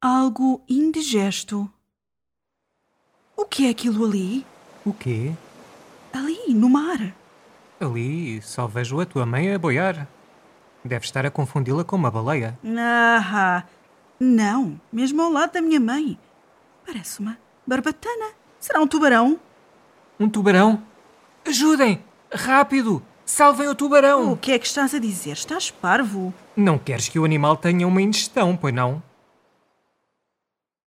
algo indigesto. O que é aquilo ali? O quê? Ali, no mar. Ali só vejo a tua mãe a boiar. Deve estar a confundi-la com uma baleia. Ah, não, mesmo ao lado da minha mãe. Parece uma barbatana. Será um tubarão? Um tubarão? Ajudem! Rápido! Salvem o tubarão! Oh. O que é que estás a dizer? Estás parvo? Não queres que o animal tenha uma ingestão, pois não?